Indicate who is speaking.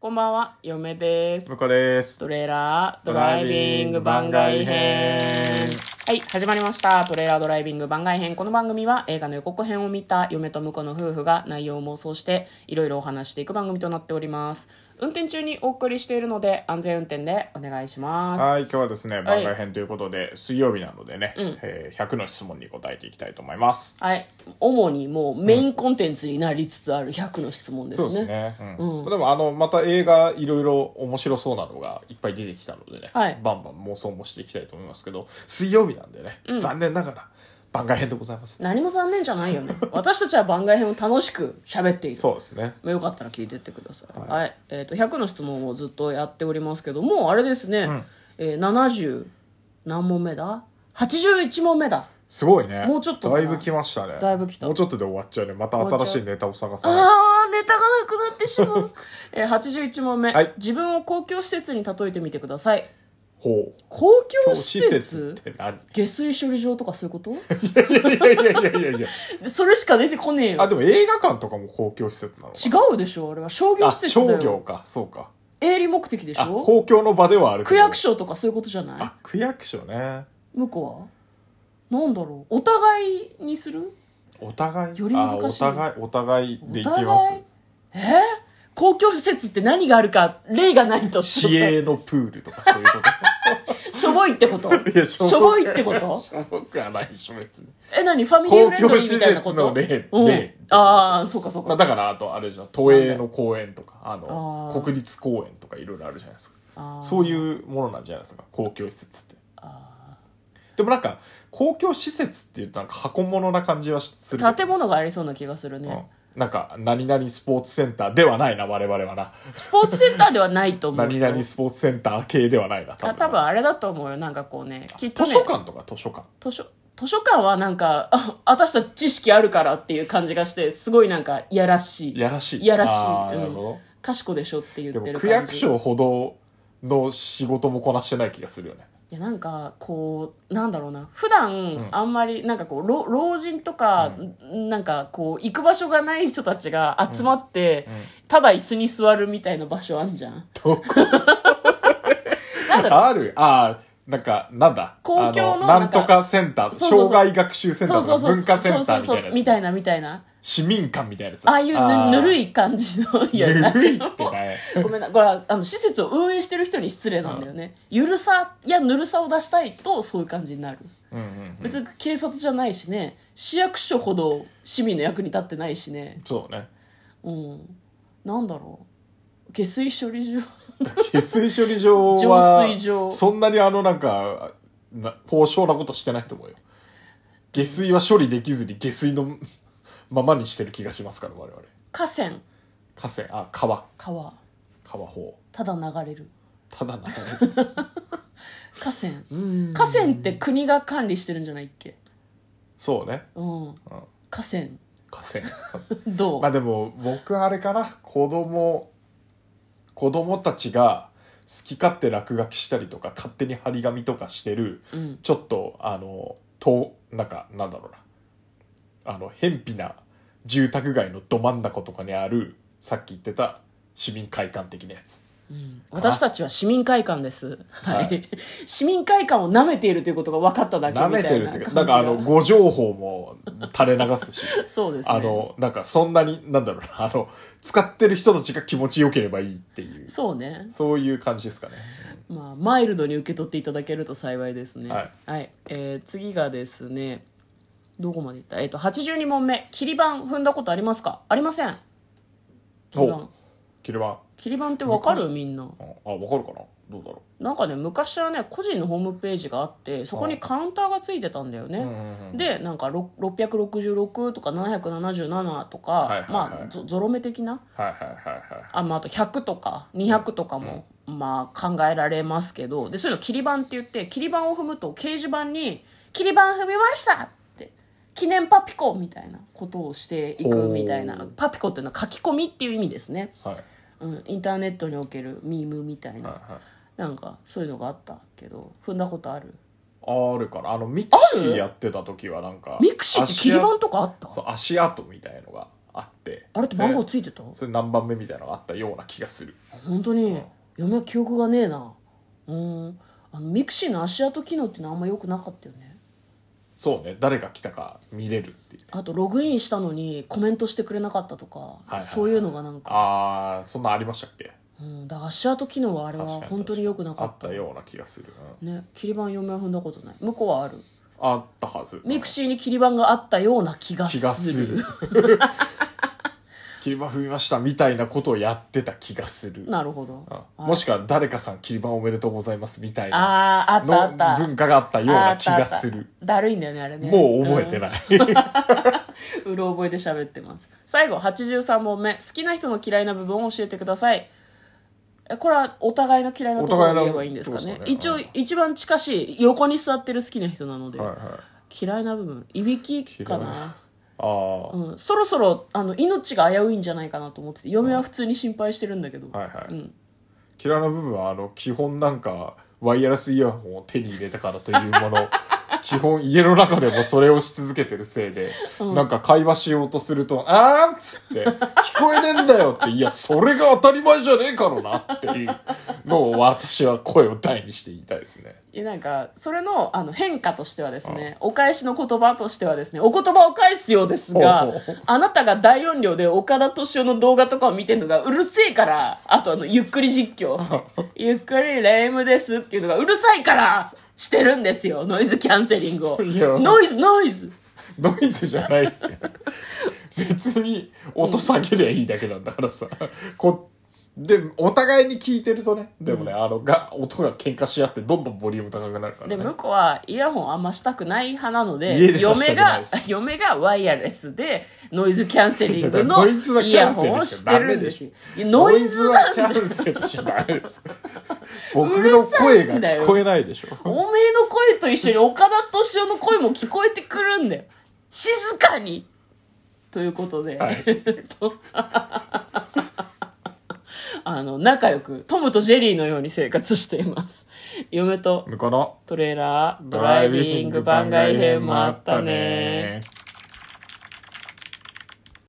Speaker 1: こんばんは、嫁です
Speaker 2: 向。こうです。
Speaker 1: トレーラードライビング番外編。はい、始まりました。トレーラードライビング番外編。この番組は映画の予告編を見た嫁と婿の夫婦が内容を妄想していろいろお話していく番組となっております。運転中にお送りしているので安全運転でお願いします。
Speaker 2: はい、今日はですね、番外編ということで、水曜日なのでね、えー100の質問に答えていきたいと思います。
Speaker 1: はい、主にもうメインコンテンツになりつつある100の質問です
Speaker 2: そう
Speaker 1: ね。
Speaker 2: ですね。うんでも、あの、また映画、いろいろ面白そうなのがいっぱい出てきたのでね、
Speaker 1: はい
Speaker 2: バンバン妄想もしていきたいと思いますけど、水曜日なんでね、残念ながら番外編でございます。
Speaker 1: 何も残念じゃないよね。私たちは番外編を楽しく喋っている。
Speaker 2: そうですね。
Speaker 1: まあ、よかったら聞いてってください、はいえー、と100の質問をずっとやっておりますけどもうあれですね、えー70何問目だ81問目だ
Speaker 2: すごいね。
Speaker 1: もうちょっとか
Speaker 2: だ
Speaker 1: ない
Speaker 2: ぶ来ましたね。
Speaker 1: だいぶ来た
Speaker 2: もうちょっとで終わっちゃうね。また新しいネタを探さないと
Speaker 1: あーネタがなくなってしま う、えー、81問目、
Speaker 2: はい
Speaker 1: 自分を公共施設に例えてみてください
Speaker 2: ほう。
Speaker 1: 公共施
Speaker 2: 施
Speaker 1: 設
Speaker 2: 設って何
Speaker 1: 下水処理場とかそういうこと
Speaker 2: いやいやいやいやいや。
Speaker 1: でそれしか出てこねえ
Speaker 2: あ、
Speaker 1: よ
Speaker 2: でも映画館とかも公共施設なのか
Speaker 1: 違うでしょあれは商業
Speaker 2: あ、
Speaker 1: 施設だ
Speaker 2: 商業
Speaker 1: よ
Speaker 2: か、そうか。
Speaker 1: 営利目的でし
Speaker 2: あ、
Speaker 1: ょ
Speaker 2: 公共の場ではあるけ
Speaker 1: 区
Speaker 2: ど
Speaker 1: 役所とかそういうことじゃない
Speaker 2: あ、区役所ね。
Speaker 1: 向こうはなんだろうお互いにする
Speaker 2: お互い
Speaker 1: より難しい
Speaker 2: あお互い、お互いでいき
Speaker 1: お
Speaker 2: ます
Speaker 1: 互い。えー公共施設って何があるか例がないと
Speaker 2: 市営のプールとかそういうこ
Speaker 1: しょぼいってこと
Speaker 2: と。い や
Speaker 1: しょぼいってこと
Speaker 2: しょぼくはないでしょ、別に。
Speaker 1: え何ファミリーフ
Speaker 2: 公
Speaker 1: レンド
Speaker 2: 共
Speaker 1: リー
Speaker 2: 施
Speaker 1: みたいなこ
Speaker 2: 設
Speaker 1: と
Speaker 2: の例、
Speaker 1: うん
Speaker 2: 例。
Speaker 1: ああそうかそうか、
Speaker 2: まあだから、あと、あれじゃん、都営の公園とか、あ
Speaker 1: あ
Speaker 2: の、
Speaker 1: ー
Speaker 2: 国立公園とかいろいろあるじゃないですか。
Speaker 1: あー
Speaker 2: そういうものなんじゃないですか、公共施設って。
Speaker 1: あ
Speaker 2: でもなんか、公共施設って言うとなんか箱物な感じはするけど。
Speaker 1: ー建物がありそうな気がするね、
Speaker 2: うん、なんか、何々スポーツセンターではないな、我々はな。
Speaker 1: スポーツセンターではないと思う
Speaker 2: 何々スポーツセンター系ではないな、
Speaker 1: あ多分あれだと思うよなんかこうねきっと
Speaker 2: 図
Speaker 1: ね
Speaker 2: 書館とか図書館。
Speaker 1: 図書図書館はなんか あ私たち知識あるからっていう感じがしてすごいなんかいやらしい
Speaker 2: いやらしい。
Speaker 1: いやらしい
Speaker 2: あー
Speaker 1: うん
Speaker 2: なるほ
Speaker 1: 賢でしょって言って
Speaker 2: ど。
Speaker 1: る
Speaker 2: で
Speaker 1: 感
Speaker 2: も、
Speaker 1: じ
Speaker 2: 区役所ほどの仕事もこなしてない気がするよね。
Speaker 1: いやなんかこうなんだろうな普段
Speaker 2: ん
Speaker 1: あんまりなんかこう老老人とか、なんかこう行く場所がない人たちが集まって、
Speaker 2: うん
Speaker 1: ただ椅子に座るみたいな場所あんじゃん
Speaker 2: どこ あるあーなんか、なんだ
Speaker 1: 公共の
Speaker 2: あ
Speaker 1: なんか
Speaker 2: なんとかセンター、
Speaker 1: そうそうそう
Speaker 2: 障害学習センタ
Speaker 1: そうそう
Speaker 2: ーとか
Speaker 1: そう
Speaker 2: 文化センター
Speaker 1: そう
Speaker 2: み
Speaker 1: そうそ
Speaker 2: たいな
Speaker 1: う
Speaker 2: やつ
Speaker 1: みたいなみたいな
Speaker 2: 市民館みたいなやつ。
Speaker 1: ああいうぬぬる
Speaker 2: い。
Speaker 1: い感じのい
Speaker 2: ぬ
Speaker 1: やなんか
Speaker 2: るいってね。
Speaker 1: ごめんなこれはあの施設を運営してる人に失礼なんだよね、ゆるさやぬるさを出したいとそういう感じになる
Speaker 2: うんうんうん
Speaker 1: 別に警察じゃないしね市役所ほど市民の役に立ってないしね
Speaker 2: そうね。
Speaker 1: うん、なんだろう下水処理場
Speaker 2: 下水処理場は
Speaker 1: 浄水場
Speaker 2: そんなにあのなんかな高尚なことしてないと思うよ下水は処理できずに下水の ままにしてる気がしますから我々
Speaker 1: 河川
Speaker 2: 河川あ川
Speaker 1: 川
Speaker 2: 川法
Speaker 1: ただ流れ る
Speaker 2: ただ流れる
Speaker 1: 河川
Speaker 2: うん
Speaker 1: 河川って国が管理してるんじゃないっけ
Speaker 2: そうね
Speaker 1: うん、河川
Speaker 2: 河川
Speaker 1: どう、
Speaker 2: まあでも僕あれかな子供子供たちが好き勝手落書きしたりとか勝手に張り紙とかしてる
Speaker 1: うん、
Speaker 2: ちょっとあのとなんかなんだろうなあの偏僻な住宅街のど真ん中とかにあるさっき言ってた市民会館的なやつ
Speaker 1: うん私たちは市民会館ですは、
Speaker 2: はいい
Speaker 1: 市民会館を舐めているということが分かっただけみ
Speaker 2: 舐
Speaker 1: たいな
Speaker 2: めてるっていうかなんかあ
Speaker 1: 感じ
Speaker 2: の
Speaker 1: が
Speaker 2: ご情報も垂れ流すし
Speaker 1: そうですね
Speaker 2: あのなんかそんなになんだろうなあの使ってる人たちが気持ちよければいいっていう
Speaker 1: そうね
Speaker 2: そういう感じですかね
Speaker 1: まあ、マイルドに受け取っていただけると幸いですね。
Speaker 2: はい。
Speaker 1: えー次がですね、どこまでいったえっ、と、82問目。切り板踏んだことありますかありません。切り板
Speaker 2: お。キルバ
Speaker 1: 切り板ってわかる
Speaker 2: 昔
Speaker 1: みんな。
Speaker 2: ンあわかるかなどうだろ
Speaker 1: なんかね、昔はね、個人のホームページがあって、そこにカウンターがついてたんだよね。
Speaker 2: う、うんうんうん、
Speaker 1: でなんかろ666とか777とか、
Speaker 2: いはいはい
Speaker 1: まあゾゾロ目的な
Speaker 2: はいはいはいはい
Speaker 1: あ,、まあ、あと100とか200とかも、まあ、考えられますけどでそういうの切り板って言って切り板を踏むと掲示板に「切り板踏みました!」って記念パピコみたいなことをしていくみたい
Speaker 2: ほ
Speaker 1: な
Speaker 2: う
Speaker 1: パピコっていうのは書き込みっていう意味ですね、
Speaker 2: はいはい
Speaker 1: うん、インターネットにおけるミームみたいな、
Speaker 2: はい
Speaker 1: なんかそういうのがあったけど踏んだことある
Speaker 2: あるかなあのミク
Speaker 1: あ
Speaker 2: シ
Speaker 1: る
Speaker 2: ーやってた時はなんか
Speaker 1: ミクシーって切り板とかあった
Speaker 2: 足跡そう足跡みたいのがあって
Speaker 1: あれって番号
Speaker 2: そ
Speaker 1: ついてた
Speaker 2: れそれ何番目みたいなのがあったような気がする
Speaker 1: 本当に嫁は記憶がねえなうんあのミクシーの足跡機能っていうのはあんま良くなかったよね
Speaker 2: そうね誰が来たか見れるっていう
Speaker 1: あとログインしたのにコメントしてくれなかったとか、
Speaker 2: いはいはい
Speaker 1: そういうのがなんか、
Speaker 2: ああそんなんありましたっけ
Speaker 1: うん、だから足跡機能はあれは
Speaker 2: 確か
Speaker 1: 本当に良くなかった
Speaker 2: あったような気がする、うん
Speaker 1: ね切り板嫁は踏んだことない向こうはある
Speaker 2: あったはず
Speaker 1: ミクシーに切り板があったような気がす
Speaker 2: 気
Speaker 1: る
Speaker 2: がする切り板踏みましたみたいなことをやってた気がする、
Speaker 1: なるほど
Speaker 2: うんもしくは誰かさん切り板おめでとうございますみたいな
Speaker 1: あーあったあ
Speaker 2: の
Speaker 1: った
Speaker 2: 文化があったよう
Speaker 1: あ
Speaker 2: な
Speaker 1: っ
Speaker 2: 気
Speaker 1: たあ
Speaker 2: が
Speaker 1: った
Speaker 2: する
Speaker 1: だるいんだよねあれね
Speaker 2: もう覚えてない、
Speaker 1: うろ覚えで喋ってます最後83問目好きな人の嫌いな部分を教えてくださいえこれはお互いの嫌いなところを言えばいいんですかね
Speaker 2: お互いのそうです
Speaker 1: 一
Speaker 2: か
Speaker 1: 応
Speaker 2: ね
Speaker 1: 一番近しい横に座ってる好きな人なの で、
Speaker 2: はいはい
Speaker 1: 嫌いな部分いびきか
Speaker 2: 嫌
Speaker 1: な、
Speaker 2: いああ、
Speaker 1: うん、そろそろあの命が危ういんじゃないかなと思ってて嫁は普通に心配してるんだけど、
Speaker 2: はいはい、
Speaker 1: うん
Speaker 2: キラの部分はあの基本なんかワイヤレスイヤホンを手に入れたからというもの基本家の中でもそれをし続けてるせいで、なんか会話しようとすると「あーん!」っつって「聞こえねえんだよ」って「いやそれが当たり前じゃねえからな」っていうのを私は声を大にして言いたいですね。
Speaker 1: いやなんかそれのあの変化としてはですねお返しの言葉としてはですねお言葉を返すようですが
Speaker 2: ほうほう
Speaker 1: あなたが大音量で岡田敏夫の動画とかを見てるのがうるせえからあとあのゆっくり実況ゆっくりレイムですっていうのがうるさいからしてるんですよノイズキャンセリングを
Speaker 2: いや
Speaker 1: ノイズノイズ
Speaker 2: ノイズじゃないですよ。別に音下げりゃいいだけなんだからさ。こで、お互いに聞いてるとね、でもね、あの、が、音が喧嘩し合ってどんどんボリューム高くなるから
Speaker 1: で
Speaker 2: ね。
Speaker 1: 向こうはイヤホンあんましたくない派なの
Speaker 2: 家
Speaker 1: で
Speaker 2: ではした
Speaker 1: 嫁
Speaker 2: くない
Speaker 1: が
Speaker 2: です
Speaker 1: 嫁がワイヤレスでノイズキャンセリング
Speaker 2: いや
Speaker 1: の
Speaker 2: ノイズは
Speaker 1: イ
Speaker 2: キャ
Speaker 1: ヤ
Speaker 2: ン
Speaker 1: ホ
Speaker 2: セルしちゃダメでしょ
Speaker 1: ンをしてるんですよいやノイズなん
Speaker 2: キャンセルしない です。僕
Speaker 1: う
Speaker 2: の
Speaker 1: るさい
Speaker 2: 声が
Speaker 1: んだよ
Speaker 2: 聞こえないでしょ。
Speaker 1: おめえの声と一緒に岡田敏夫の声も聞こえてくるんだよ。静かにということで、
Speaker 2: はい
Speaker 1: えっと あの、仲良く、トムとジェリーのように生活しています。嫁と
Speaker 2: 向こうの
Speaker 1: トレーラー、ドライビング番外編もあったね。